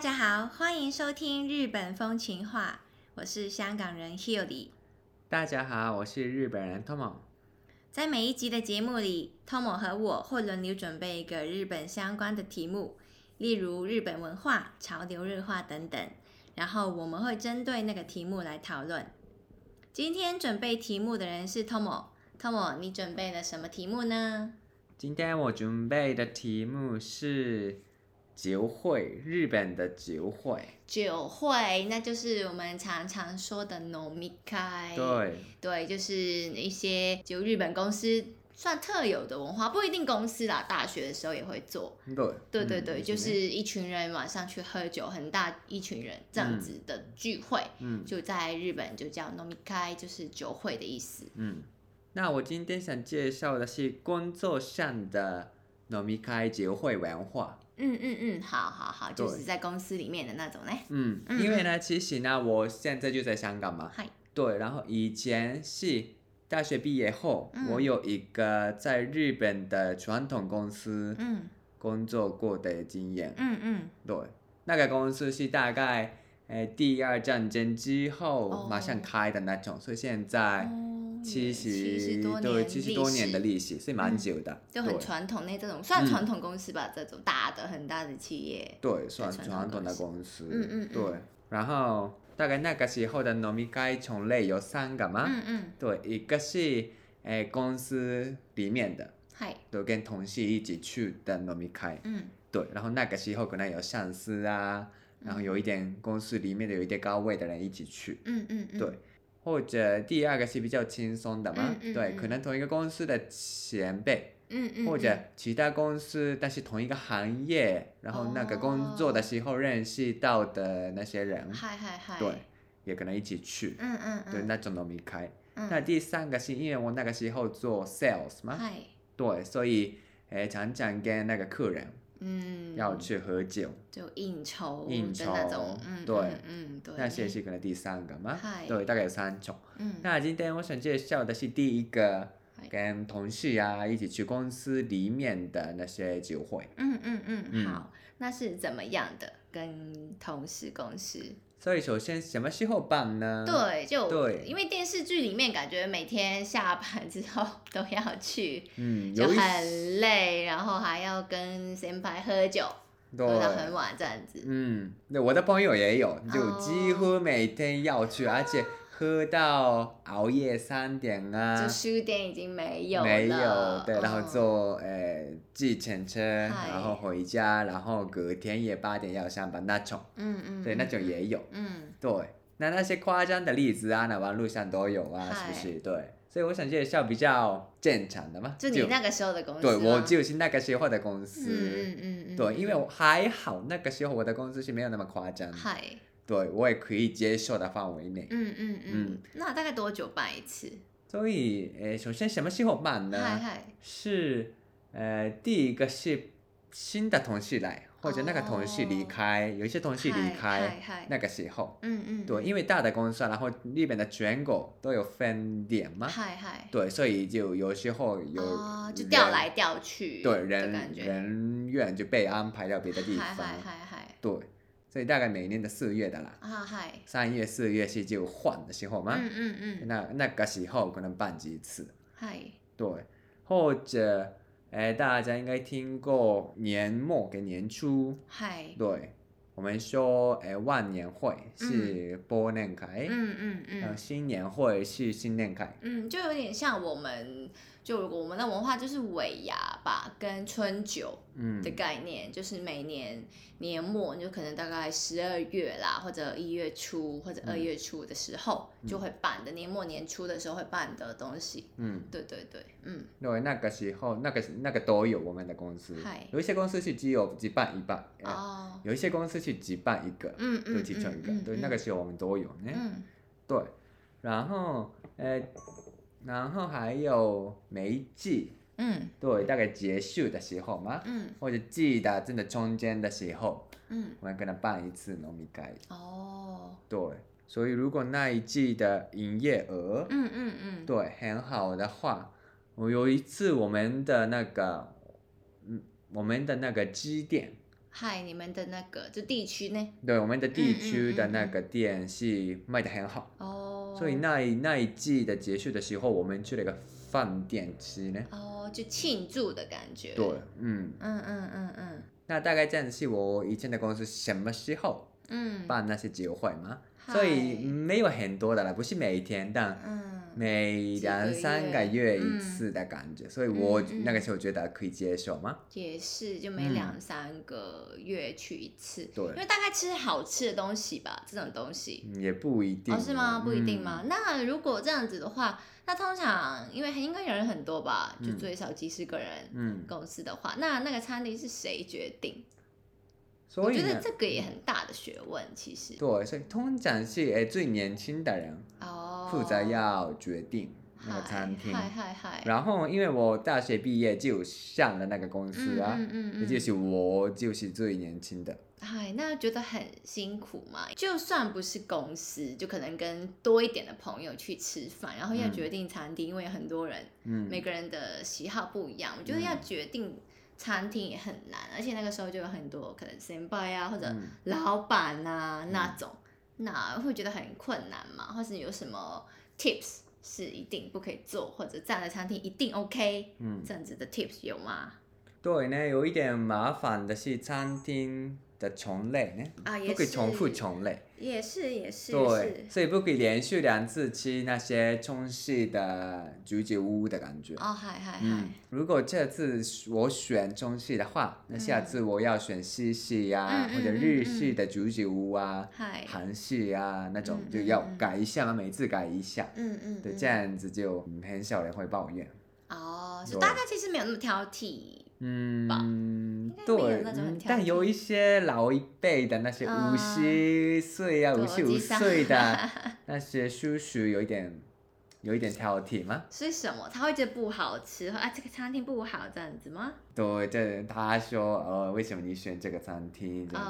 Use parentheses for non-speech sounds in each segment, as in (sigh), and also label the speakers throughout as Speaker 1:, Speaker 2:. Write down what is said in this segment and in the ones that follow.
Speaker 1: 家好，欢迎收听《日本风情话》，我是香港人 Hilly。
Speaker 2: 大家好，我是日本人 Tomo。
Speaker 1: 在每一集的节目里，Tomo 和我会轮流准备一个日本相关的题目，例如日本文化、潮流日化等等，然后我们会针对那个题目来讨论。今天准备题目的人是 Tomo。Tomo，你准备了什么题目呢？
Speaker 2: 今天我准备的题目是酒会，日本的酒会。
Speaker 1: 酒会，那就是我们常常说的 nomikai。
Speaker 2: 对，
Speaker 1: 对，就是一些就日本公司算特有的文化，不一定公司啦，大学的时候也会做。
Speaker 2: 对，
Speaker 1: 对
Speaker 2: 嗯
Speaker 1: 对对，就
Speaker 2: 呢
Speaker 1: 是一群人晚上去喝酒，很大一群人这样子的聚会，
Speaker 2: 嗯
Speaker 1: 就在日本就叫 nomikai，就是酒会的意思。
Speaker 2: 嗯。那我今天想介绍的是工作上的飲み会酒会文化。
Speaker 1: 嗯嗯嗯，好好好，
Speaker 2: 对
Speaker 1: 就是在公司里面的那种嘞。
Speaker 2: 嗯，
Speaker 1: 嗯
Speaker 2: 因为呢，其实呢，我现在就在香港嘛。
Speaker 1: 嗨，
Speaker 2: 对，然后以前是大学毕业后，
Speaker 1: 嗯
Speaker 2: 我有一个在日本的传统公司
Speaker 1: 嗯
Speaker 2: 工作过的经验。
Speaker 1: 嗯嗯，
Speaker 2: 对，那个公司是大概呃第二战争之
Speaker 1: 哦
Speaker 2: 后马上开的那种，所以现在
Speaker 1: 哦，
Speaker 2: 哎七十、
Speaker 1: 十多
Speaker 2: 对
Speaker 1: 年，
Speaker 2: 七十多年的
Speaker 1: 历史。嗯
Speaker 2: 历史是蛮久的，
Speaker 1: 就
Speaker 2: 对
Speaker 1: 很传统那这种，算
Speaker 2: 嗯
Speaker 1: 传统公司吧，这种大的很大的企业。
Speaker 2: 对，算
Speaker 1: 传
Speaker 2: 传
Speaker 1: 统公
Speaker 2: 统的
Speaker 1: 司
Speaker 2: 公司，
Speaker 1: 嗯嗯嗯
Speaker 2: 对，然后大概那个时候的农民街种类有三个嘛，
Speaker 1: 嗯嗯，
Speaker 2: 对，一个是呃公司里面的。
Speaker 1: 嗨，
Speaker 2: 对，跟同事一起去的农民开，
Speaker 1: 嗯
Speaker 2: 对，然后那个时候可能有上司啊，然后有一点公司里面的有一点高位的人一起去，
Speaker 1: 嗯嗯嗯，
Speaker 2: 对，或者第二个是比较轻松的嘛，
Speaker 1: 嗯嗯
Speaker 2: 对，
Speaker 1: 嗯
Speaker 2: 可能同一个公司的前辈，
Speaker 1: 嗯嗯，
Speaker 2: 或者其他公司，但是同一个行业，然后那个工作的时候认识到的那些人，
Speaker 1: 嗯嗨嗨嗨，
Speaker 2: 对，也可能一起去，
Speaker 1: 嗯嗯嗯，
Speaker 2: 对，那种都没开。
Speaker 1: 嗯
Speaker 2: 那第三个是因为我那个时候做 sales 嘛，
Speaker 1: 嗨，
Speaker 2: 对，所以诶常常跟那个客人
Speaker 1: 嗯，
Speaker 2: 要去喝酒，
Speaker 1: 就应酬
Speaker 2: 应
Speaker 1: 的那种
Speaker 2: 酬，
Speaker 1: 嗯，
Speaker 2: 对
Speaker 1: 嗯嗯，对，
Speaker 2: 那些是可能第三个嘛
Speaker 1: 嗨，
Speaker 2: 对，大概有三种。
Speaker 1: 嗯，
Speaker 2: 那今天我想介绍的是第一个
Speaker 1: 嗨，
Speaker 2: 跟同事啊一起去公司里面的那些酒会。
Speaker 1: 嗯嗯嗯，
Speaker 2: 嗯
Speaker 1: 好，那是怎么样的？跟同事公司，
Speaker 2: 所以首先什么时候办呢？
Speaker 1: 对，就
Speaker 2: 嗯对
Speaker 1: 因为电视剧里面感觉每天下班之后 (laughs) 都要去，
Speaker 2: 嗯，
Speaker 1: 就
Speaker 2: 有一
Speaker 1: 很累，然后还要跟先輩喝酒，喝到很
Speaker 2: 对，
Speaker 1: 晚这样子。
Speaker 2: 嗯，对，我的朋友也有，就几
Speaker 1: 哦
Speaker 2: 乎每天要去，而且喝到熬夜三点啊
Speaker 1: 就，书店已经没有了，
Speaker 2: 没有，对，然后
Speaker 1: 嗯
Speaker 2: 坐呃计程车，然后
Speaker 1: 嗨
Speaker 2: 回家，然后隔天也八点要上班那种，
Speaker 1: 嗯嗯，
Speaker 2: 对，那种也有。
Speaker 1: 嗯，
Speaker 2: 对，那那些夸张的例子啊，那网络上都有啊，是
Speaker 1: 嗨
Speaker 2: 不是？对，所以我想介绍比较正常的嘛，
Speaker 1: 就你那个时候的公司吗，啊
Speaker 2: 对我就是那个时候的公
Speaker 1: 嗯
Speaker 2: 司，
Speaker 1: 嗯嗯嗯，
Speaker 2: 对，因为我还好那个时候我的公司是没有那么夸张，
Speaker 1: 嗨，
Speaker 2: 对我也可以接受的范围内。
Speaker 1: 嗯嗯嗯
Speaker 2: 嗯，
Speaker 1: 那大概多久办一次？
Speaker 2: 所以，呃，首先什么时候办
Speaker 1: 嗨
Speaker 2: 呢？
Speaker 1: 嗨，
Speaker 2: 是，呃，第一个是新的同事来，或者那个同事离
Speaker 1: 哦
Speaker 2: 开，有一些同事
Speaker 1: 嗨
Speaker 2: 离开
Speaker 1: 嗨嗨，
Speaker 2: 那个时候，
Speaker 1: 嗯嗯，
Speaker 2: 对，因为大的公司啊，然后日本的全国都有分店嘛，
Speaker 1: 嗨嗨，
Speaker 2: 对，所以就有时候有
Speaker 1: 哦，就
Speaker 2: 人
Speaker 1: 调来调去，
Speaker 2: 对
Speaker 1: 的
Speaker 2: 人
Speaker 1: 感觉，
Speaker 2: 人员就被安排到别的地
Speaker 1: 嗨
Speaker 2: 方，
Speaker 1: 嗨嗨嗨，
Speaker 2: 对，所以大概每年的四月的啦，
Speaker 1: 啊嗨，
Speaker 2: 三月四月是就换的时候嘛，
Speaker 1: 嗯嗯嗯，
Speaker 2: 那那个时候可能办几次，
Speaker 1: 嗨，
Speaker 2: 对，或者哎大家应该听过年末跟年初，
Speaker 1: 嗨，
Speaker 2: 对，我们说哎万年会是波年开。
Speaker 1: 嗯嗯
Speaker 2: 呃，
Speaker 1: 嗯。
Speaker 2: 新年会是新年开，
Speaker 1: 嗯，就有点像我们，就如果我们的文化就是尾牙吧，跟春酒，
Speaker 2: 嗯
Speaker 1: 的，概念，就是每年年末，就可能大概十二月啦，或者一月初或者
Speaker 2: 嗯
Speaker 1: 二月初的时候、就会办的，年末年初的时候会办的东西。
Speaker 2: 嗯，
Speaker 1: 对对对，嗯，
Speaker 2: 对，那个时候那个那个都有我们的公司
Speaker 1: 嗨，
Speaker 2: 有一些公司是只有举办一半，呃
Speaker 1: 哦，
Speaker 2: 有一些公司是举办一个，
Speaker 1: 嗯
Speaker 2: 就
Speaker 1: 嗯
Speaker 2: 其中一个
Speaker 1: 嗯，
Speaker 2: 对，
Speaker 1: 嗯
Speaker 2: 那个时候我们都有呢，
Speaker 1: 嗯
Speaker 2: 对，然后呃，然后还有每季，
Speaker 1: 嗯
Speaker 2: 对，大概结束的时候嘛，
Speaker 1: 嗯
Speaker 2: 或者季的真的中间的时候，
Speaker 1: 嗯，
Speaker 2: 我们可能办一次农民会，
Speaker 1: 哦，
Speaker 2: 对，所以如果那一季的营业额，
Speaker 1: 嗯嗯嗯，
Speaker 2: 对，很好的话，我有一次我们的那个，嗯，我们的那个支店，
Speaker 1: 嗨，你们的那个就地区呢？
Speaker 2: 对，我们的地区
Speaker 1: 嗯
Speaker 2: 的
Speaker 1: 嗯嗯
Speaker 2: 那个店是卖的很好，
Speaker 1: 哦，
Speaker 2: 所以那一那一季的结束的时候，我们去了一个饭店吃呢。
Speaker 1: 哦，就庆祝的感觉。
Speaker 2: 对，嗯，
Speaker 1: 嗯，嗯嗯嗯
Speaker 2: 那大概这样子是我以前的公司什么时候
Speaker 1: 嗯嗯，
Speaker 2: 办那些聚会嘛？
Speaker 1: 嗨
Speaker 2: 所以没有很多的啦，不是每一天，但
Speaker 1: 嗯
Speaker 2: 每
Speaker 1: 几个
Speaker 2: 两三个
Speaker 1: 月
Speaker 2: 月一
Speaker 1: 嗯
Speaker 2: 次的感觉，所以
Speaker 1: 嗯
Speaker 2: 我
Speaker 1: 嗯
Speaker 2: 那个时候觉得可以接受嘛。
Speaker 1: 也是，就每
Speaker 2: 嗯
Speaker 1: 两三个月去一次，因
Speaker 2: 对，
Speaker 1: 为大概吃好吃的东西吧，这种东西。
Speaker 2: 嗯也不一定
Speaker 1: 哦，
Speaker 2: 哦。
Speaker 1: 是吗？不一定吗？
Speaker 2: 嗯？
Speaker 1: 那如果这样子的话，那通常因为应该人很多吧，就
Speaker 2: 嗯
Speaker 1: 最少几十个人。
Speaker 2: 嗯，
Speaker 1: 公司的话，那那个餐厅是谁决定？我
Speaker 2: 所以
Speaker 1: 觉
Speaker 2: 呢
Speaker 1: 得，这个也很大的学问，其实。
Speaker 2: 对，所以通常是诶最年轻的人
Speaker 1: 哦。
Speaker 2: 负责要决定那个
Speaker 1: 嗨
Speaker 2: 餐厅。
Speaker 1: 嗨嗨嗨。
Speaker 2: 然后因为我大学毕业就上了那个公司啊，
Speaker 1: 嗯嗯嗯
Speaker 2: 也就是我就是最年轻的。
Speaker 1: 哎，那觉得很辛苦嘛？就算不是公司，就可能跟多一点的朋友去吃饭，然后要
Speaker 2: 嗯
Speaker 1: 决定餐厅，因为很多人
Speaker 2: 嗯，
Speaker 1: 每个人的喜好不一样，我觉得要决定餐厅也很难，而且那个时候就有很多可能 s e n b y 啊或者
Speaker 2: 嗯
Speaker 1: 老板啊、那种，那会觉得很困难嘛？或是有什么 tips 是一定不可以做，或者这样的餐厅一定 OK，
Speaker 2: 嗯，
Speaker 1: 这样子的 tips 有吗？
Speaker 2: 对呢，有一点麻烦的是餐厅的种类呢，
Speaker 1: 啊，也
Speaker 2: 不可以
Speaker 1: 是，
Speaker 2: 重复种类。
Speaker 1: 也是也是
Speaker 2: 对
Speaker 1: 是，。
Speaker 2: 所以不可以连续两次吃那些中式的居酒屋的感觉。
Speaker 1: 哦，嗨嗨嗨
Speaker 2: 嗯，，如果这次我选中式的话，那下次我要选西式呀、
Speaker 1: 嗯嗯
Speaker 2: 或者
Speaker 1: 嗯
Speaker 2: 日
Speaker 1: 嗯
Speaker 2: 式的居酒屋啊、
Speaker 1: 嗨，
Speaker 2: 韩式啊那种
Speaker 1: 嗯，
Speaker 2: 就
Speaker 1: 嗯
Speaker 2: 要
Speaker 1: 嗯
Speaker 2: 改一下嘛，每次改一下。
Speaker 1: 嗯嗯，
Speaker 2: 对，
Speaker 1: 嗯
Speaker 2: 这样子就嗯很少人会抱怨。
Speaker 1: 哦，就
Speaker 2: 对
Speaker 1: 大家其实没有那么挑剔，该，没有
Speaker 2: 嗯对
Speaker 1: 那种很，
Speaker 2: 嗯
Speaker 1: 挑
Speaker 2: 但有
Speaker 1: 剔
Speaker 2: 一些老一辈的那些
Speaker 1: 啊
Speaker 2: 五十岁啊、
Speaker 1: 对
Speaker 2: 五十
Speaker 1: 我
Speaker 2: 五
Speaker 1: 记上
Speaker 2: 岁的
Speaker 1: (laughs)
Speaker 2: 那些叔叔，有一点有一点挑剔吗？
Speaker 1: 是什么？他会觉得不好吃，啊，这个餐厅不好这样子吗？
Speaker 2: 对，这他说哦，为什么你选这个餐厅这样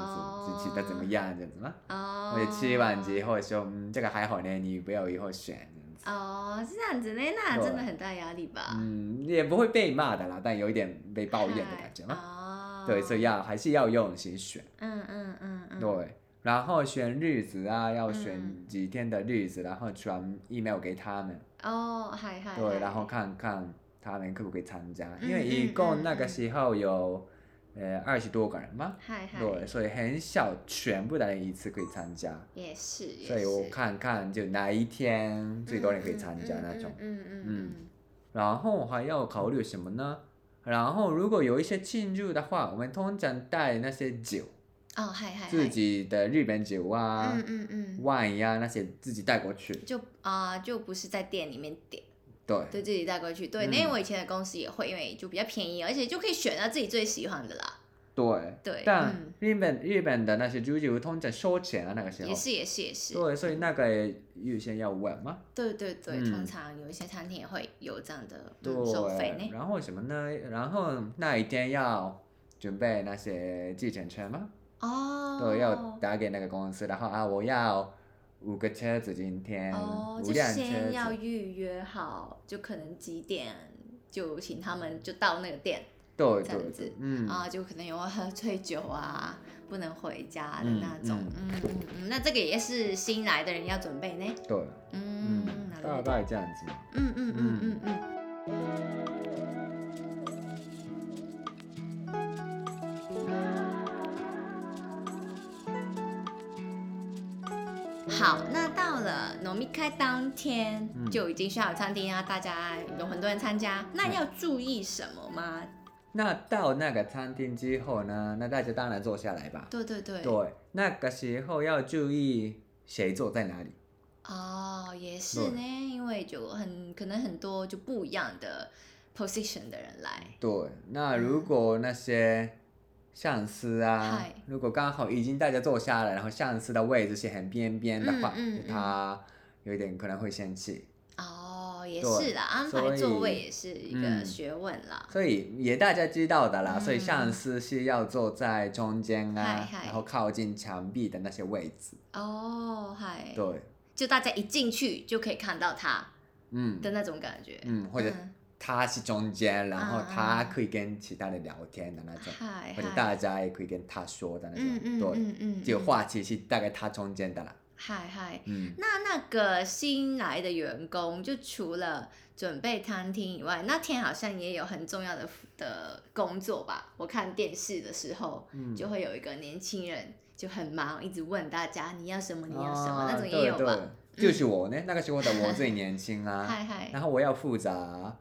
Speaker 2: 子，你吃的怎么样这样子吗？
Speaker 1: 哦，
Speaker 2: 或者吃完之后说，嗯，这个还好呢，你不要以后选这样子。
Speaker 1: 哦，是这样子呢，那
Speaker 2: 对
Speaker 1: 真的很大压力吧？
Speaker 2: 嗯，也不会被骂的啦，但有一点被抱怨的
Speaker 1: 嗨
Speaker 2: 感觉嘛。
Speaker 1: 哦，
Speaker 2: 对，所以要还是要用心选。
Speaker 1: 嗯嗯嗯嗯，
Speaker 2: 对，然后选日子啊，要
Speaker 1: 嗯
Speaker 2: 选几天的日子，然后传 email 给他们，
Speaker 1: 哦，嗨嗨，
Speaker 2: 对，
Speaker 1: 嗨
Speaker 2: 然后看看他们可不可以参加，
Speaker 1: 嗯
Speaker 2: 因为一
Speaker 1: 嗯
Speaker 2: 共
Speaker 1: 嗯
Speaker 2: 那个
Speaker 1: 嗯
Speaker 2: 时候有呃二十多个人嘛，
Speaker 1: 嗨嗨，
Speaker 2: 对，所以很少全部的人一次可以参加，
Speaker 1: 也是，也
Speaker 2: 所以我
Speaker 1: 是
Speaker 2: 看看就哪一天最多人可以
Speaker 1: 嗯
Speaker 2: 参加那种，
Speaker 1: 嗯嗯
Speaker 2: 嗯
Speaker 1: 嗯
Speaker 2: 然后还要考虑什么呢？然后如果有一些庆祝的话，我们通常带那些酒，
Speaker 1: 嗯，哦，嗨嗨，
Speaker 2: 自
Speaker 1: 嗨，
Speaker 2: 己的日本酒啊。
Speaker 1: 嗯嗯嗯，
Speaker 2: 万呀、那些自己带过去。
Speaker 1: 就啊，就不是在店里面点。
Speaker 2: 对，
Speaker 1: 对自己带过去。对，
Speaker 2: 嗯
Speaker 1: 那因为我以前的公司也会，因为就比较便宜，而且就可以选到自己最喜欢的啦。
Speaker 2: 对。
Speaker 1: 对，
Speaker 2: 但
Speaker 1: 嗯，
Speaker 2: 日本、日本的那些居酒屋通常收钱啊，那个时候
Speaker 1: 也。是也嗯是也是，
Speaker 2: 对，所以那个也预先要问嘛。
Speaker 1: 对对对，
Speaker 2: 嗯
Speaker 1: 通常有一些餐厅也会有这样的
Speaker 2: 对。
Speaker 1: 嗯收费呢。
Speaker 2: 然后什么呢？然后那一天要准备那些计程车嘛，
Speaker 1: 哦，
Speaker 2: 对，要打给那个公司，然后啊，我要五个车子今天，
Speaker 1: 哦，
Speaker 2: 嗯五
Speaker 1: 就
Speaker 2: 辆车
Speaker 1: 先要
Speaker 2: 子。
Speaker 1: 预约好，就可能几点就请他们就到那个店
Speaker 2: 对
Speaker 1: 这样
Speaker 2: 对
Speaker 1: 子
Speaker 2: 对，嗯，
Speaker 1: 啊，就可能有喝醉酒啊，不能回家的
Speaker 2: 嗯
Speaker 1: 那种。嗯嗯嗯，那这个也是新来的人要准备呢。
Speaker 2: 对，
Speaker 1: 嗯，
Speaker 2: 嗯，
Speaker 1: なるほど
Speaker 2: 大概这样子嘛。
Speaker 1: 嗯嗯嗯嗯嗯。好，那到了农密开当天、
Speaker 2: 嗯
Speaker 1: 就已经选好餐厅啊，大家有很多人参加，那要注意什么吗？
Speaker 2: 那到那个餐厅之后呢，那大家当然坐下来吧。
Speaker 1: 对对对，
Speaker 2: 对，那个时候要注意谁坐在哪里。
Speaker 1: 哦，也是呢，因为就很可能很多就不一样的 position 的人来，
Speaker 2: 对，那
Speaker 1: 嗯
Speaker 2: 如果那些上司啊
Speaker 1: 嗨，
Speaker 2: 如果刚好已经大家坐下了，然后上司的位置是很边边的话，
Speaker 1: 嗯嗯嗯
Speaker 2: 他有点可能会生气，
Speaker 1: 哦，也
Speaker 2: 对
Speaker 1: 是啦，安
Speaker 2: 所
Speaker 1: 排
Speaker 2: 以
Speaker 1: 座位也是一个
Speaker 2: 嗯
Speaker 1: 学问啦。
Speaker 2: 所以也大家知道的啦。所以
Speaker 1: 嗯
Speaker 2: 上司是要坐在中间啊，
Speaker 1: 嗨嗨
Speaker 2: 然后靠近墙壁的那些位置。
Speaker 1: 哦，嗨，
Speaker 2: 对，
Speaker 1: 就大家一进去就可以看到他
Speaker 2: 嗯
Speaker 1: 的那种感觉。
Speaker 2: 嗯，或者
Speaker 1: 嗯
Speaker 2: 他是中间，然后
Speaker 1: 嗯嗯
Speaker 2: 他
Speaker 1: 嗯
Speaker 2: 可以跟其他人聊天的那种，
Speaker 1: 嗨
Speaker 2: 或者
Speaker 1: 嗨，
Speaker 2: 大家也可以跟他说的那种，
Speaker 1: 嗯嗯
Speaker 2: 对，
Speaker 1: 嗯嗯，
Speaker 2: 这个
Speaker 1: 嗯，
Speaker 2: 话题是大概他中间的啦，
Speaker 1: 嗨嗨。
Speaker 2: 嗯，
Speaker 1: 那那个新来的员工，就除了准备餐厅以外，那天好像也有很重要的的工作吧？我看电视的时候，
Speaker 2: 嗯
Speaker 1: 就会有一个年轻人就很忙，一直问大家你要什么，你要什么，
Speaker 2: 啊
Speaker 1: 那种
Speaker 2: 对
Speaker 1: 也有吧？
Speaker 2: 对，就是我呢，那个时候的我最年轻
Speaker 1: (laughs)
Speaker 2: 啊，
Speaker 1: 嗨嗨，
Speaker 2: 然后我要负责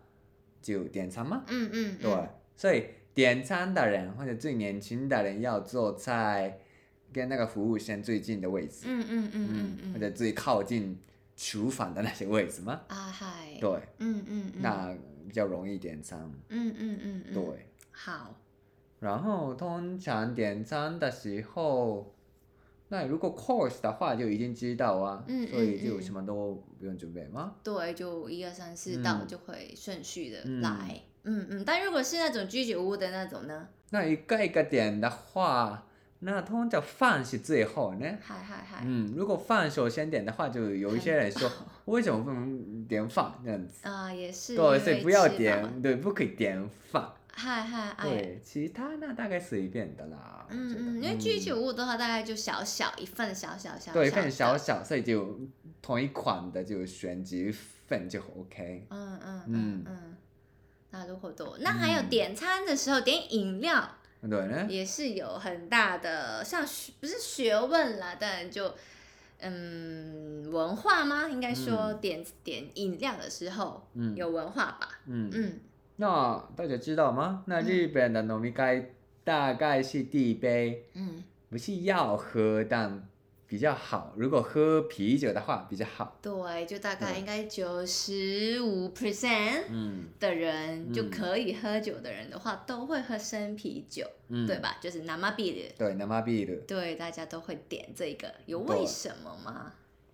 Speaker 2: 就点餐嘛，
Speaker 1: 嗯嗯，嗯
Speaker 2: 对，所以点餐的人或者最年轻的人要坐在跟那个服务生最近的位置，
Speaker 1: 嗯嗯嗯嗯
Speaker 2: 或
Speaker 1: 嗯，
Speaker 2: 者最靠近厨房的那些位置嘛，
Speaker 1: 啊嗨，
Speaker 2: 对，
Speaker 1: 嗯嗯嗯，
Speaker 2: 那比较容易点餐，
Speaker 1: 嗯嗯嗯嗯，
Speaker 2: 对。，
Speaker 1: 好，
Speaker 2: 然后通常点餐的时候，那如果 course 的话就已经知道啊，
Speaker 1: 嗯
Speaker 2: 所以
Speaker 1: 嗯
Speaker 2: 就
Speaker 1: 嗯
Speaker 2: 什么都不用准备吗？
Speaker 1: 对，就一二三四
Speaker 2: 嗯
Speaker 1: 到就会顺序的
Speaker 2: 嗯
Speaker 1: 来，嗯嗯，但如果是那种居酒屋的那种呢？
Speaker 2: 那一个一个点的话，那通常饭是最后呢。
Speaker 1: 嗨嗨嗨，
Speaker 2: 嗯，如果饭首先点的话，就有一些人说为什么不能点饭这样子？
Speaker 1: 啊也哎是，
Speaker 2: 对，
Speaker 1: 因
Speaker 2: 所以
Speaker 1: 为
Speaker 2: 不
Speaker 1: 吃
Speaker 2: 要
Speaker 1: 饱了，
Speaker 2: 点，对，不可以点饭。
Speaker 1: 嗨嗨哎。
Speaker 2: 对，其他那大概随便的啦。我觉得
Speaker 1: 嗯嗯，因为居酒屋的话，大概就小小一份，小小小小，
Speaker 2: 对，份小，小，所以就同一款的就选几份就 OK。
Speaker 1: 嗯嗯嗯
Speaker 2: 嗯
Speaker 1: 嗯，那如果多，那还有
Speaker 2: 嗯
Speaker 1: 点餐的时候点饮料，
Speaker 2: 对呢，
Speaker 1: 也是有很大的像学不是学问啦，但就嗯文化吗？应该说
Speaker 2: 嗯
Speaker 1: 点、点饮料的时候
Speaker 2: 嗯
Speaker 1: 有文化吧？
Speaker 2: 嗯，
Speaker 1: 嗯
Speaker 2: 那大家知道吗？那日本的飲み会大概是第一杯
Speaker 1: 嗯，
Speaker 2: 不是要喝，但比较好。如果喝啤酒的话比较好。
Speaker 1: 对，就大概
Speaker 2: 嗯
Speaker 1: 应该九十五 percent
Speaker 2: 嗯
Speaker 1: 的人、就
Speaker 2: 嗯
Speaker 1: 可以喝酒的人的话，都会喝生啤酒，
Speaker 2: 嗯，
Speaker 1: 对？吧？就是 nama beer，
Speaker 2: 对，生ビール。
Speaker 1: 对，大家都会点这个，有
Speaker 2: 对
Speaker 1: 为什么吗？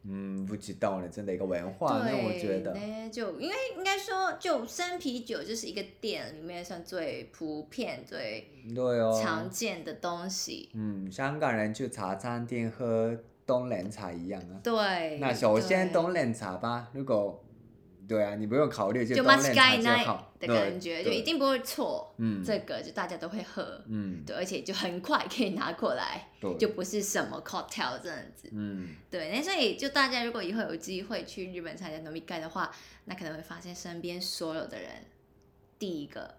Speaker 2: 嗯，不知道呢，真的一个文化呢，我觉得。
Speaker 1: 呢，就因为应该说，就生啤酒就是一个店里面算最普遍、最
Speaker 2: 对哦。
Speaker 1: 常见的东西。
Speaker 2: 嗯，香港人去茶餐厅喝冬冷茶一样啊。
Speaker 1: 对，
Speaker 2: 那首先
Speaker 1: 对
Speaker 2: 冬冷茶吧，如果对啊，你不用考虑就
Speaker 1: 就
Speaker 2: 冬
Speaker 1: m u s
Speaker 2: 冷
Speaker 1: t
Speaker 2: 茶
Speaker 1: Guy
Speaker 2: 就
Speaker 1: Night
Speaker 2: 好，
Speaker 1: 的
Speaker 2: 对
Speaker 1: 感觉，就
Speaker 2: 对
Speaker 1: 一定不会错。
Speaker 2: 嗯
Speaker 1: 这个就大家都会喝，
Speaker 2: 嗯
Speaker 1: 对，而且就很快可以拿过来，
Speaker 2: 对
Speaker 1: 就不是什么 cocktail 这样子。
Speaker 2: 嗯
Speaker 1: 对，那所以就大家如果以后有机会去日本参加 n o m i g a 的话，那可能会发现身边所有的人，第一个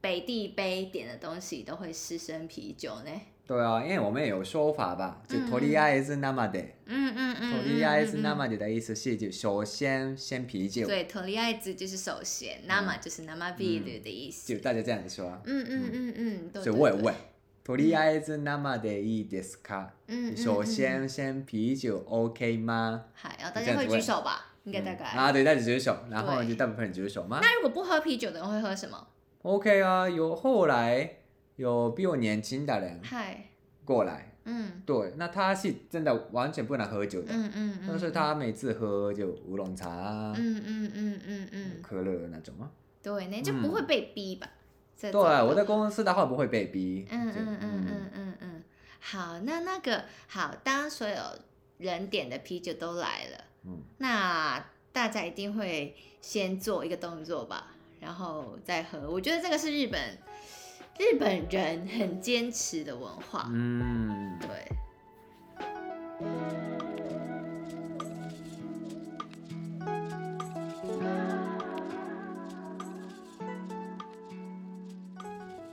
Speaker 1: 北地杯点的东西都会是生啤酒呢。
Speaker 2: 对啊，因为我们也有说法吧，就
Speaker 1: 嗯
Speaker 2: とりあえず生で，
Speaker 1: 嗯嗯
Speaker 2: と
Speaker 1: 嗯，
Speaker 2: りあえず
Speaker 1: 那
Speaker 2: 生で的意思是就首先先啤酒，
Speaker 1: 对，とりあえず就是首先，那么就是 nama b i r 的意思。
Speaker 2: 嗯就大家这样子说啊，
Speaker 1: 嗯嗯嗯嗯，对
Speaker 2: 所以
Speaker 1: 对
Speaker 2: 我也
Speaker 1: 对
Speaker 2: 问，とりあえず生でいいですか？
Speaker 1: 嗯嗯，
Speaker 2: 首
Speaker 1: 嗯，
Speaker 2: 先先啤酒 OK 吗？
Speaker 1: 好，然后大
Speaker 2: 这
Speaker 1: 家
Speaker 2: 样
Speaker 1: 会
Speaker 2: 子
Speaker 1: 举
Speaker 2: 问
Speaker 1: 手吧，应该大
Speaker 2: 嗯
Speaker 1: 概。
Speaker 2: 啊，对，大家举手，然后
Speaker 1: 对
Speaker 2: 就大部分人举手嘛。
Speaker 1: 那如果不喝啤酒的人会喝什么？
Speaker 2: OK 啊，有后来有比我年轻的人
Speaker 1: 嗨，
Speaker 2: 过来，
Speaker 1: 嗯
Speaker 2: 对，那他是真的完全不能喝酒的，
Speaker 1: 嗯嗯嗯，
Speaker 2: 但是他每次喝就乌龙茶啊、
Speaker 1: 嗯嗯嗯嗯嗯，
Speaker 2: 可乐那种啊。
Speaker 1: 对，那就不会被逼吧？这
Speaker 2: 嗯对，
Speaker 1: 种的
Speaker 2: 我在公司的话不会被逼。
Speaker 1: 嗯
Speaker 2: 就
Speaker 1: 嗯嗯嗯嗯嗯，好，那那个好，当所有人点的啤酒都来了，
Speaker 2: 嗯
Speaker 1: 那大家一定会先做一个动作吧，然后再喝。我觉得这个是日本日本人很坚持的文化，
Speaker 2: 嗯，
Speaker 1: 对。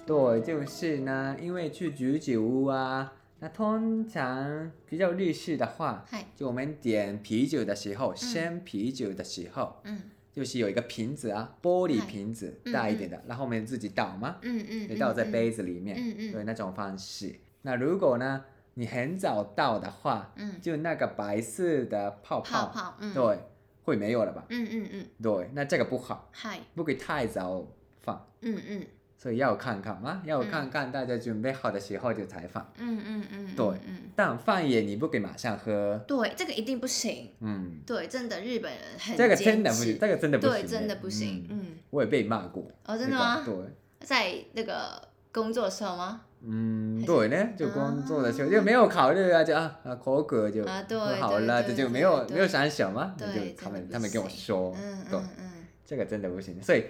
Speaker 2: 对，就是呢，因为去居酒屋啊，那通常比较日式的话，
Speaker 1: 嗨，
Speaker 2: 就我们点啤酒的时候，先啤酒的时候，
Speaker 1: 嗯
Speaker 2: 就是有一个瓶子啊，玻璃
Speaker 1: 嗨
Speaker 2: 瓶子
Speaker 1: 嗯
Speaker 2: 大一
Speaker 1: 嗯
Speaker 2: 点的，然后我们自己倒嘛，
Speaker 1: 嗯嗯，
Speaker 2: 就倒在
Speaker 1: 嗯，
Speaker 2: 杯子里面，
Speaker 1: 嗯嗯
Speaker 2: 对那种方式。那如果呢，你很早到的话，
Speaker 1: 嗯，
Speaker 2: 就那个白色的泡
Speaker 1: 泡
Speaker 2: 泡，
Speaker 1: 泡，嗯，，
Speaker 2: 对，会没有了吧？
Speaker 1: 嗯嗯嗯，
Speaker 2: 对，那这个不好，
Speaker 1: 嗨，
Speaker 2: 不可以太早放，
Speaker 1: 嗯嗯
Speaker 2: 所以要看看嘛，要看看大家准备好的时候就才放。
Speaker 1: 嗯嗯嗯，
Speaker 2: 对
Speaker 1: 嗯嗯，
Speaker 2: 但放也你不可以马上喝，
Speaker 1: 对，这个一定不行。
Speaker 2: 嗯，
Speaker 1: 对，真的日本人很
Speaker 2: 这个
Speaker 1: 坚
Speaker 2: 真的不行，
Speaker 1: 持
Speaker 2: 这个真的不行，
Speaker 1: 对，真的不行。
Speaker 2: 嗯，
Speaker 1: 嗯，
Speaker 2: 我也被骂过。
Speaker 1: 哦，真的吗？
Speaker 2: 那个对。
Speaker 1: 在那个工作的时候吗？
Speaker 2: 嗯，
Speaker 1: 还是
Speaker 2: 对呢，就工作的时候、
Speaker 1: 啊
Speaker 2: 就没有考虑啊，就啊啊口渴就
Speaker 1: 啊对
Speaker 2: 喝好
Speaker 1: 对
Speaker 2: 了，
Speaker 1: 对
Speaker 2: 这就
Speaker 1: 对
Speaker 2: 没有
Speaker 1: 对
Speaker 2: 没有想什么，那
Speaker 1: 对
Speaker 2: 就他
Speaker 1: 真的
Speaker 2: 们
Speaker 1: 不
Speaker 2: 他们跟我
Speaker 1: 行
Speaker 2: 说，
Speaker 1: 嗯
Speaker 2: 对
Speaker 1: 嗯嗯，
Speaker 2: 这个真的不行，所以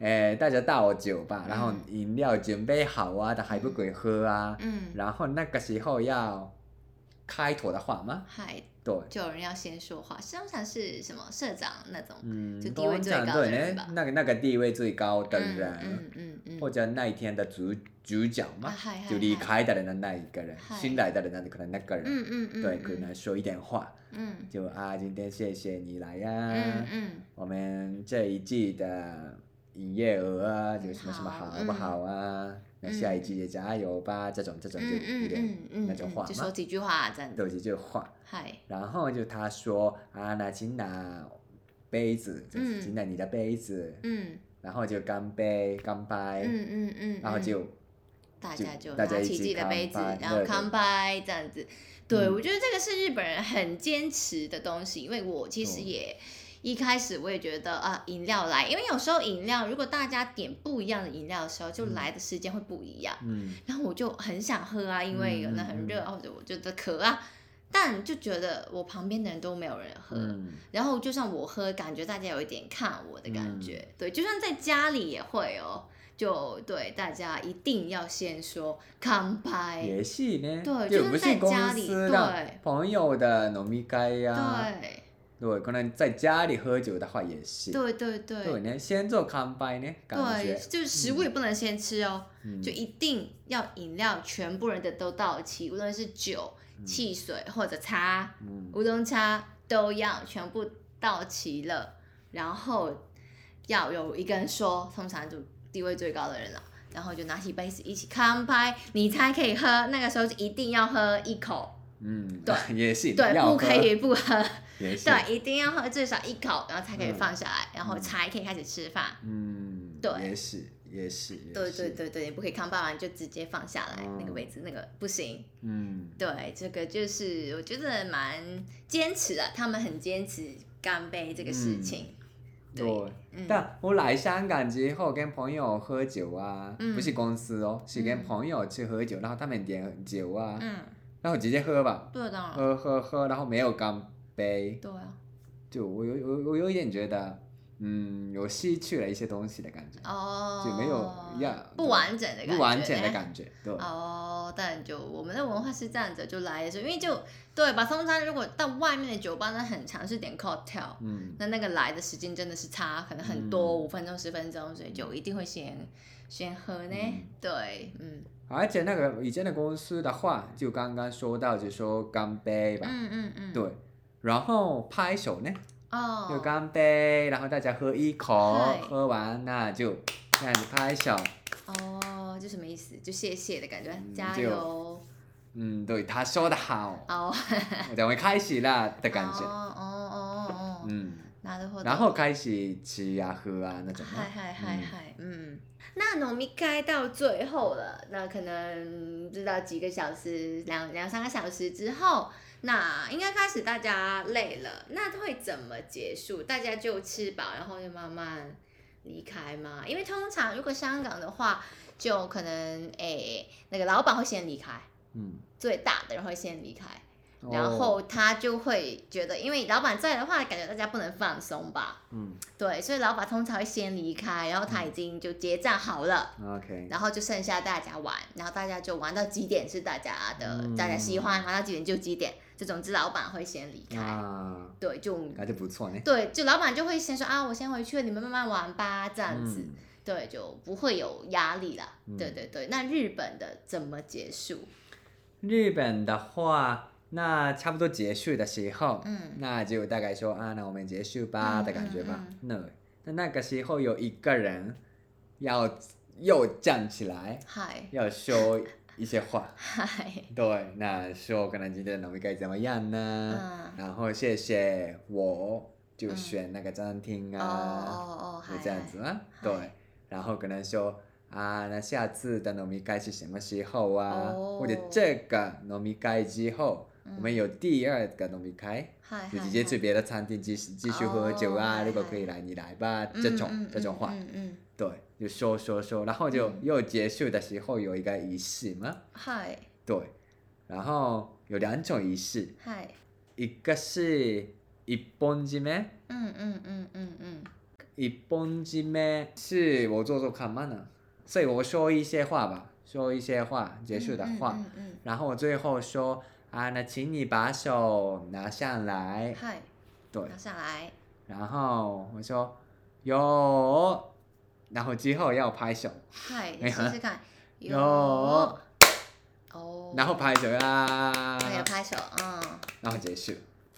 Speaker 2: 诶，大家到酒吧，然后
Speaker 1: 嗯
Speaker 2: 饮料准备好啊，但还不给喝啊，
Speaker 1: 嗯，
Speaker 2: 然后那个时候要开头的话吗？
Speaker 1: 嗨，
Speaker 2: 对，
Speaker 1: 就有人要先说话，通常是什么社长那种，
Speaker 2: 嗯，
Speaker 1: 就地位最高的人
Speaker 2: 通
Speaker 1: 吧
Speaker 2: 常对那个那个地位最高的人，
Speaker 1: 嗯嗯嗯
Speaker 2: 或
Speaker 1: 嗯，
Speaker 2: 者那一天的主主角嘛，
Speaker 1: 啊嗨嗨
Speaker 2: 就离开的人的那一个人，
Speaker 1: 嗨
Speaker 2: 新来的人的可能那个人，
Speaker 1: 嗯嗯嗯，
Speaker 2: 对，
Speaker 1: 嗯
Speaker 2: 可能说一点话，
Speaker 1: 嗯
Speaker 2: 就啊，今天谢谢你来呀、
Speaker 1: 嗯嗯
Speaker 2: 我们这一季的营业额啊，有什么什么
Speaker 1: 好
Speaker 2: 好不好啊？那下一季也加油吧，这种这种就有
Speaker 1: 嗯
Speaker 2: 点
Speaker 1: 嗯嗯，
Speaker 2: 那种话
Speaker 1: 就说
Speaker 2: 嘛，
Speaker 1: 几句话这样子，
Speaker 2: 对，就这话。
Speaker 1: 嗨，
Speaker 2: 然后就他说啊，那请拿杯子，就是
Speaker 1: 嗯
Speaker 2: 请拿你的杯子，
Speaker 1: 嗯
Speaker 2: 然后就干杯，干
Speaker 1: 嗯
Speaker 2: 杯，
Speaker 1: 嗯嗯，
Speaker 2: 然后
Speaker 1: 嗯
Speaker 2: 就
Speaker 1: 大
Speaker 2: 就
Speaker 1: 家就
Speaker 2: 大
Speaker 1: 拿
Speaker 2: 家一
Speaker 1: 起
Speaker 2: 起
Speaker 1: 自己的杯子
Speaker 2: 干杯，
Speaker 1: 然后
Speaker 2: 对对
Speaker 1: 干杯这样子。对，
Speaker 2: 嗯
Speaker 1: 我觉得这个是日本人很坚持的东西，因为我其实
Speaker 2: 对
Speaker 1: 也。一开始我也觉得啊，饮料来，因为有时候饮料如果大家点不一样的饮料的时候，就
Speaker 2: 嗯
Speaker 1: 来的时间会不一样。
Speaker 2: 嗯
Speaker 1: 然后我就很想喝啊，因为
Speaker 2: 嗯
Speaker 1: 可能
Speaker 2: 嗯
Speaker 1: 很
Speaker 2: 嗯
Speaker 1: 热啊，或者我觉得渴啊，但就觉得我旁边的人都没有人喝，
Speaker 2: 嗯
Speaker 1: 然后就算我喝，感觉大家有一点看我的感觉，
Speaker 2: 嗯
Speaker 1: 对，就算在家里也会哦，就对大家一定要先说干杯，
Speaker 2: 也是呢，
Speaker 1: 对就
Speaker 2: 就
Speaker 1: 是
Speaker 2: 不
Speaker 1: 在
Speaker 2: 是公
Speaker 1: 家里
Speaker 2: 司
Speaker 1: 对
Speaker 2: 的朋友的飲み会呀、
Speaker 1: 对
Speaker 2: 对，可能在家里喝酒的话也是，
Speaker 1: 对对对
Speaker 2: 对呢，先做干杯呢，感
Speaker 1: 对
Speaker 2: 觉，，
Speaker 1: 就是食物也不能先吃哦，
Speaker 2: 嗯
Speaker 1: 就一定要饮料全部人的都到齐，无论是酒、汽水或者茶，
Speaker 2: 嗯
Speaker 1: 乌冬茶都要全部到齐了，然后要有一个人说，通常就地位最高的人了，然后就拿起杯子一起干杯，你才可以喝。那个时候就一定要喝一口，
Speaker 2: 嗯，
Speaker 1: 对，
Speaker 2: (laughs) 也是，
Speaker 1: 对，
Speaker 2: 要
Speaker 1: 不
Speaker 2: 喝
Speaker 1: 可，以不喝，
Speaker 2: 也 (laughs) 是，
Speaker 1: 对，一定要喝至少一口，然后才可以
Speaker 2: 嗯
Speaker 1: 放下来，然后才可以开始吃饭。
Speaker 2: 嗯，
Speaker 1: 对
Speaker 2: 也是，也是，也
Speaker 1: 对对
Speaker 2: 嗯是，
Speaker 1: 对对，你不可以看爸完就直接放下来、
Speaker 2: 嗯
Speaker 1: 那个位置，那个不行。
Speaker 2: 嗯，
Speaker 1: 对，这个就是我觉得蛮坚持的，他们很坚持干杯这个事情。对
Speaker 2: 对。
Speaker 1: 嗯，
Speaker 2: 嗯但我来香港之后跟朋友喝酒啊，
Speaker 1: 嗯
Speaker 2: 不是公司哦，是
Speaker 1: 嗯
Speaker 2: 跟朋友去喝酒，然后他们点酒啊，
Speaker 1: 嗯，哦
Speaker 2: 然后直接喝吧，
Speaker 1: 对，当然，
Speaker 2: 喝喝喝，然后没有干杯，
Speaker 1: 对啊。
Speaker 2: 就我有我我有一点觉得，嗯，有失去了一些东西的感觉，
Speaker 1: 哦，
Speaker 2: 就没有要
Speaker 1: 不完整的感觉，哎
Speaker 2: 不完整的感觉，对，
Speaker 1: 哦，但就我们的文化是这样子，就来的时候，因为就对吧？通常如果到外面的酒吧，那很常是点 cocktail，
Speaker 2: 嗯，
Speaker 1: 那那个来的时间真的是差，可能很多，
Speaker 2: 嗯
Speaker 1: 五、分钟、十分钟，所以就一定会先先喝呢。
Speaker 2: 嗯
Speaker 1: 对，嗯
Speaker 2: 而且那个以前的公司的话，就刚刚说到就说干杯吧，
Speaker 1: 嗯嗯嗯，，
Speaker 2: 对，然后拍手呢，
Speaker 1: 哦，
Speaker 2: 就干杯，然后大家喝一口
Speaker 1: 嗨，
Speaker 2: 喝完那就这样子拍手，
Speaker 1: 哦，就什么意思？就谢谢的感觉，
Speaker 2: 嗯
Speaker 1: 加
Speaker 2: 就
Speaker 1: 油
Speaker 2: 嗯，对，他说
Speaker 1: (laughs)
Speaker 2: 的好，
Speaker 1: 哦
Speaker 2: 我等会开始啦的感
Speaker 1: 哦
Speaker 2: 觉，
Speaker 1: 哦哦哦，
Speaker 2: 嗯，
Speaker 1: 拿的货。
Speaker 2: 然后开始吃啊喝啊那种啊，
Speaker 1: 嗨嗨嗨嗨，嗯，那农民开到最后了，那可能不知道几个小时，两两三个小时之后，那应该开始大家累了，那会怎么结束？大家就吃饱，然后就慢慢离开吗？因为通常如果香港的话，就可能诶、那个老板会先离开，
Speaker 2: 嗯，
Speaker 1: 最大的人会先离开。
Speaker 2: 哦
Speaker 1: 然后他就会觉得，因为老板在的话，感觉大家不能放松吧，
Speaker 2: 嗯
Speaker 1: 对，所以老板通常会先离开，然后他已经就结账好了，
Speaker 2: ，OK，
Speaker 1: 然后就剩下大家玩，然后大家就玩到几点是大家的，
Speaker 2: 嗯
Speaker 1: 大家喜欢玩到几点就几点。就总之老板会先离开，
Speaker 2: 啊，
Speaker 1: 对，就
Speaker 2: 感觉不错呢，
Speaker 1: 对，就老板就会先说啊，我先回去了，你们慢慢玩吧，这
Speaker 2: 这
Speaker 1: 样子，对，就不会有压力啦。
Speaker 2: 嗯
Speaker 1: 对对对，那日本的怎么结束？
Speaker 2: 日本的话，那差不多结束的时候，
Speaker 1: 嗯
Speaker 2: 那就大概说啊，那我们结束吧
Speaker 1: 嗯
Speaker 2: 的感觉吧
Speaker 1: 嗯。
Speaker 2: 那、那那个时候有一个人要又站起来，
Speaker 1: 嗨。
Speaker 2: 要说一些话
Speaker 1: 嗨，
Speaker 2: 对，那说可能今天的们该怎么样呢？
Speaker 1: 嗯，
Speaker 2: 然后谢谢我，就
Speaker 1: 嗯
Speaker 2: 选那个餐厅
Speaker 1: 哦
Speaker 2: 啊，
Speaker 1: 哦哦，
Speaker 2: 就
Speaker 1: 嗨，
Speaker 2: 这样子啊。
Speaker 1: 嗨
Speaker 2: 对，然后可能说。啊，那下次的农民该是什么时候啊？
Speaker 1: 哦
Speaker 2: 或者这个农民该之后，
Speaker 1: 嗯
Speaker 2: 我们有第二个农民开，
Speaker 1: 嗨，嗨
Speaker 2: 就直接去别的餐厅继续继续喝酒
Speaker 1: 哦
Speaker 2: 啊，如果
Speaker 1: 嗨
Speaker 2: 可以来你来吧，
Speaker 1: 嗨
Speaker 2: 这种
Speaker 1: 嗯嗯
Speaker 2: 这种话，
Speaker 1: 嗯嗯嗯，
Speaker 2: 对，就说说说，然后就
Speaker 1: 嗯
Speaker 2: 又结束的时候有一个仪式嘛，
Speaker 1: 嗨
Speaker 2: 对，然后有两种仪式，
Speaker 1: 嗨。
Speaker 2: 一个是一本締め，
Speaker 1: 嗯嗯嗯嗯嗯，
Speaker 2: 一本之咩是我做做看嘛呢，所以我说一些话吧，说一些话结束的话，
Speaker 1: 嗯嗯
Speaker 2: 然后我最后说啊，那请你把手拿下来
Speaker 1: 嗯，，嗨，
Speaker 2: 哎对，
Speaker 1: 拿下来，
Speaker 2: 然后我说有，然后之后要拍手，
Speaker 1: 嗨，
Speaker 2: 没有
Speaker 1: 试试看，
Speaker 2: 哎有
Speaker 1: 哦，然
Speaker 2: 然后拍手啦，
Speaker 1: 还有拍手，嗯，
Speaker 2: 然后结束，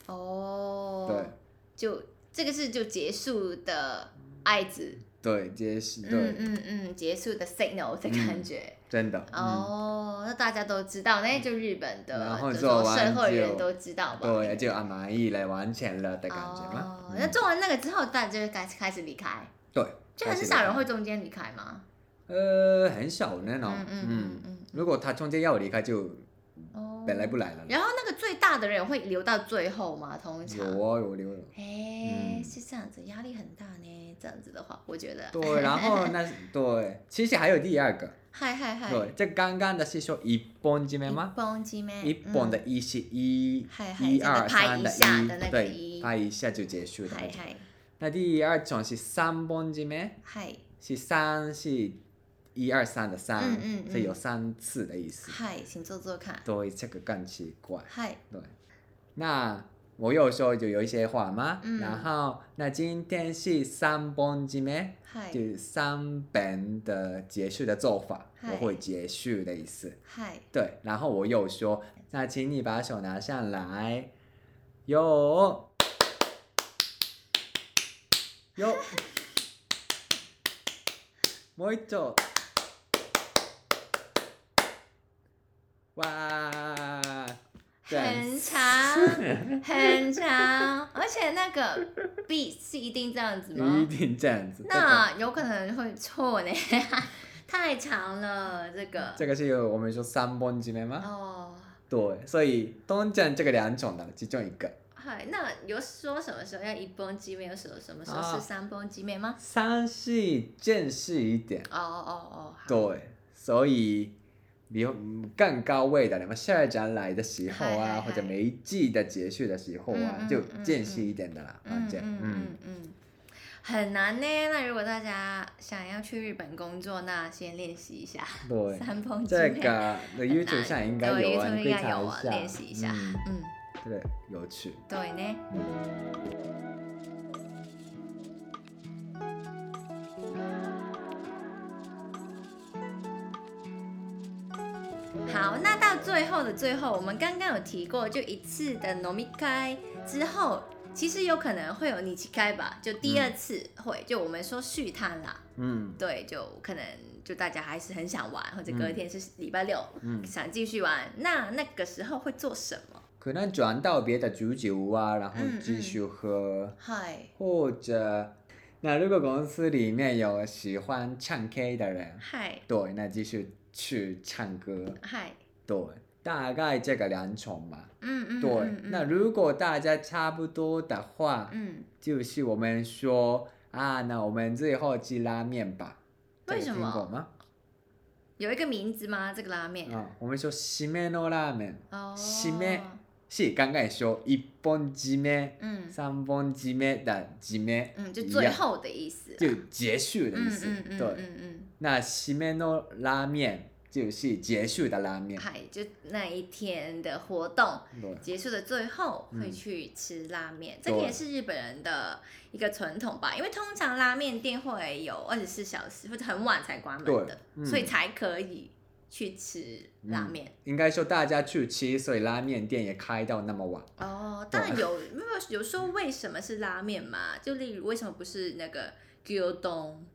Speaker 1: 哦，
Speaker 2: 对，
Speaker 1: 就这个是就结束的爱字，
Speaker 2: 对，结束，
Speaker 1: 嗯
Speaker 2: 对，
Speaker 1: 嗯嗯，结束的 signal 的感觉。
Speaker 2: 真的，嗯，
Speaker 1: 哦，那大家都知道，那就日本的，
Speaker 2: 然后
Speaker 1: 就
Speaker 2: 做
Speaker 1: 所有
Speaker 2: 完
Speaker 1: 社会人
Speaker 2: 就
Speaker 1: 都知道吧？
Speaker 2: 对，就按满意来完成了的感觉嘛
Speaker 1: 哦，，那
Speaker 2: 嗯
Speaker 1: 做完那个之后，大家就开始开始离开，
Speaker 2: 对，
Speaker 1: 就很少人会中间离开嘛。
Speaker 2: 呃，很少呢喏，
Speaker 1: 嗯嗯嗯
Speaker 2: 如果他中间要离开，就
Speaker 1: 嗯，哦，
Speaker 2: 本来不来了。
Speaker 1: 然后那个最大的人会留到最后嘛，通常。
Speaker 2: 有哦，有留有。
Speaker 1: 哎，
Speaker 2: 嗯
Speaker 1: 是这样子，压力很大呢。这样子的话，我觉得。 (laughs)
Speaker 2: 对，然后那对，其实还有第二个，
Speaker 1: 嗨嗨嗨。
Speaker 2: 对，这刚刚的是说一本知咩吗？
Speaker 1: 蹦机咩？
Speaker 2: 一本的
Speaker 1: 嗯。
Speaker 2: 一是一
Speaker 1: 嗨，嗨
Speaker 2: 一
Speaker 1: 这个
Speaker 2: 二
Speaker 1: 拍
Speaker 2: 三
Speaker 1: 一
Speaker 2: 的
Speaker 1: 下的那个
Speaker 2: 对，
Speaker 1: 一
Speaker 2: 拍一下就结束的那
Speaker 1: 嗨
Speaker 2: 种。
Speaker 1: 嗨
Speaker 2: 那第二种是三本知咩？
Speaker 1: 嗨
Speaker 2: 是三是一二三的三
Speaker 1: 嗯嗯，嗯
Speaker 2: 所以有三次的意思。
Speaker 1: 嗨，请坐坐看。
Speaker 2: 对，这个更奇怪。
Speaker 1: 嗨，
Speaker 2: 对，那我有时候就有一些话嘛，
Speaker 1: 嗯
Speaker 2: 然后那今天是三本之咩？
Speaker 1: 嗨
Speaker 2: 就是三本的结束的做法，
Speaker 1: 嗨
Speaker 2: 我会结束的意思。
Speaker 1: 嗨
Speaker 2: 对，然后我又说，那请你把手拿下来，有，有，もう一度，哇，这样
Speaker 1: 很长
Speaker 2: (laughs)
Speaker 1: 很长，而且那个 beat 是一定这样子
Speaker 2: 一
Speaker 1: 吗？
Speaker 2: 定这样子。这个
Speaker 1: 那有可能会错呢， (laughs) 太长了这个。
Speaker 2: 这个是有我们说三本之面吗？
Speaker 1: 哦，
Speaker 2: 对，所以东正这个两种的其中一个。
Speaker 1: 嗨，那有说什么时候要一崩机面，有什么什么时候
Speaker 2: 啊
Speaker 1: 是三崩机面吗？
Speaker 2: 三是正式一点，
Speaker 1: 哦哦哦，好，
Speaker 2: 对，所以你嗯更高位的，你们社长来的时候
Speaker 1: 嗨嗨
Speaker 2: 啊，
Speaker 1: 嗨
Speaker 2: 或者每一季的结束的时候
Speaker 1: 嗯嗯
Speaker 2: 啊，就正式一点的啦，
Speaker 1: 嗯
Speaker 2: 反正
Speaker 1: 嗯
Speaker 2: 嗯
Speaker 1: 嗯嗯，很难呢。那如果大家想要去日本工作，那先练习一下
Speaker 2: 嗯
Speaker 1: (laughs)
Speaker 2: 对，
Speaker 1: 三崩机
Speaker 2: 这
Speaker 1: 面。
Speaker 2: 个的 (laughs) YouTube 上应该有啊，
Speaker 1: 对，YouTube
Speaker 2: 你可以
Speaker 1: 应该有啊
Speaker 2: 查
Speaker 1: 练习一
Speaker 2: 一
Speaker 1: 下
Speaker 2: 下，嗯，
Speaker 1: 嗯，
Speaker 2: 这个有趣。
Speaker 1: 对呢。好，那到最后的最后，我们刚刚有提过，就一次的飲み会之后，其实有可能会有你去开吧，就第二次会，就我们说续摊啦，
Speaker 2: 嗯
Speaker 1: 对，就可能就大家还是很想玩，或者隔天是礼拜六、
Speaker 2: 嗯，
Speaker 1: 想继续玩，那那个时候会做什么？
Speaker 2: 可能转到别的居酒啊，然后
Speaker 1: 嗯嗯
Speaker 2: 继续喝。
Speaker 1: 嗨
Speaker 2: 或者，那如果公司里面有喜欢唱 K 的人，
Speaker 1: 嗨
Speaker 2: 对，那继续去唱歌，
Speaker 1: 嗨，
Speaker 2: 对，大概这个两种嘛。
Speaker 1: 嗯嗯，
Speaker 2: 对，
Speaker 1: 嗯
Speaker 2: 那
Speaker 1: 嗯
Speaker 2: 如果大家差不多的话，
Speaker 1: 嗯，
Speaker 2: 就是我们说啊，那我们最后吃拉面吧。这
Speaker 1: 为
Speaker 2: 个
Speaker 1: 什
Speaker 2: 听过
Speaker 1: 么
Speaker 2: 吗？
Speaker 1: 有一个名字吗？这个拉面
Speaker 2: 啊，我们说西面の拉面
Speaker 1: 哦，
Speaker 2: 締め是刚刚也说一本締め、
Speaker 1: 嗯
Speaker 2: 三本締め的締め，
Speaker 1: 嗯，就
Speaker 2: 一
Speaker 1: 最
Speaker 2: 样
Speaker 1: 后的意思啊，
Speaker 2: 就结束的意
Speaker 1: 嗯
Speaker 2: 思。
Speaker 1: 嗯嗯
Speaker 2: 对，
Speaker 1: 嗯嗯
Speaker 2: 那西面の拉面就是结束的拉
Speaker 1: 嗯，
Speaker 2: 面，
Speaker 1: 嗨，就那一天的活动
Speaker 2: 对
Speaker 1: 结束的最后会
Speaker 2: 嗯
Speaker 1: 去吃拉面，这个也
Speaker 2: 对
Speaker 1: 是日本人的一个传统吧，因为通常拉面店会有二十四小时或者很晚才关门
Speaker 2: 对
Speaker 1: 的，
Speaker 2: 嗯
Speaker 1: 所以才可以去吃拉面。
Speaker 2: 应该说大家去吃，所以拉面店也开到那么晚。
Speaker 1: 哦，但有没有有说为什么是拉面嘛？就例如为什么不是那个牛东？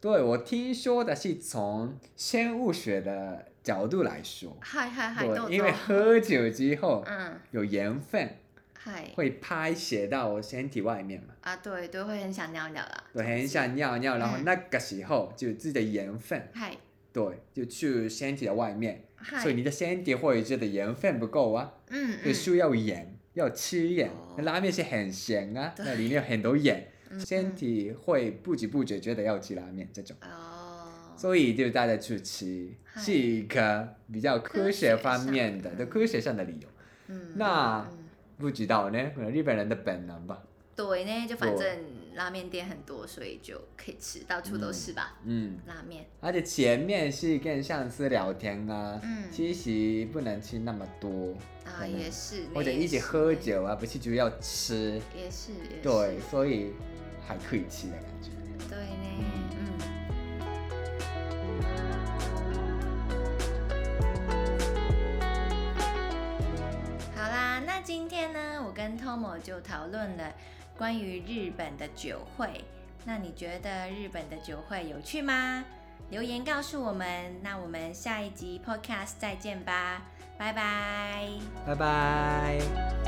Speaker 2: 对我听说的是从生物学的角度来说，
Speaker 1: 嗨嗨嗨，豆豆，
Speaker 2: 对，因为喝酒之后
Speaker 1: 嗯
Speaker 2: 有盐分
Speaker 1: 嗨
Speaker 2: 会排泄到我身体外面嘛，
Speaker 1: 啊，对对，会很想尿尿啦。
Speaker 2: 对，很想尿尿，然后
Speaker 1: 嗯
Speaker 2: 那个时候就自己的盐分，
Speaker 1: 嗨
Speaker 2: 对，就去身体的外面，
Speaker 1: 嗨
Speaker 2: 所以，你的身体会觉得盐分不够啊。
Speaker 1: 嗯
Speaker 2: 就
Speaker 1: 嗯，
Speaker 2: 需要盐，要吃盐。
Speaker 1: 哦
Speaker 2: 那拉面是很咸啊，
Speaker 1: 对
Speaker 2: 那里面有很多盐，
Speaker 1: 嗯
Speaker 2: 身体会不知不觉觉得要吃拉面这种。
Speaker 1: 哦，
Speaker 2: 所以就大家去吃，
Speaker 1: 嗨
Speaker 2: 是一个比较科学方面的
Speaker 1: 科学上，
Speaker 2: 对科学上的理由。
Speaker 1: 嗯，
Speaker 2: 那
Speaker 1: 嗯
Speaker 2: 不知道呢，可能日本人的本能吧。
Speaker 1: 对呢，就反正拉面店很多，所以就可以吃，到处都是吧。
Speaker 2: 嗯，
Speaker 1: 拉面，
Speaker 2: 而且前面是跟上司聊天啊，
Speaker 1: 嗯
Speaker 2: 其实不能吃那么多，
Speaker 1: 啊
Speaker 2: 可能
Speaker 1: 也是，
Speaker 2: 或者
Speaker 1: 也
Speaker 2: 一起
Speaker 1: 是
Speaker 2: 喝，酒啊，不是主要吃，
Speaker 1: 也是，也是
Speaker 2: 对，所以还可以吃的感觉。
Speaker 1: 对呢，嗯。好啦，那今天呢，我跟 Tomo 就讨论了关于日本的酒会。那你觉得日本的酒会有趣吗？留言告诉我们。那我们下一集 Podcast 再见吧，拜拜。
Speaker 2: 拜拜。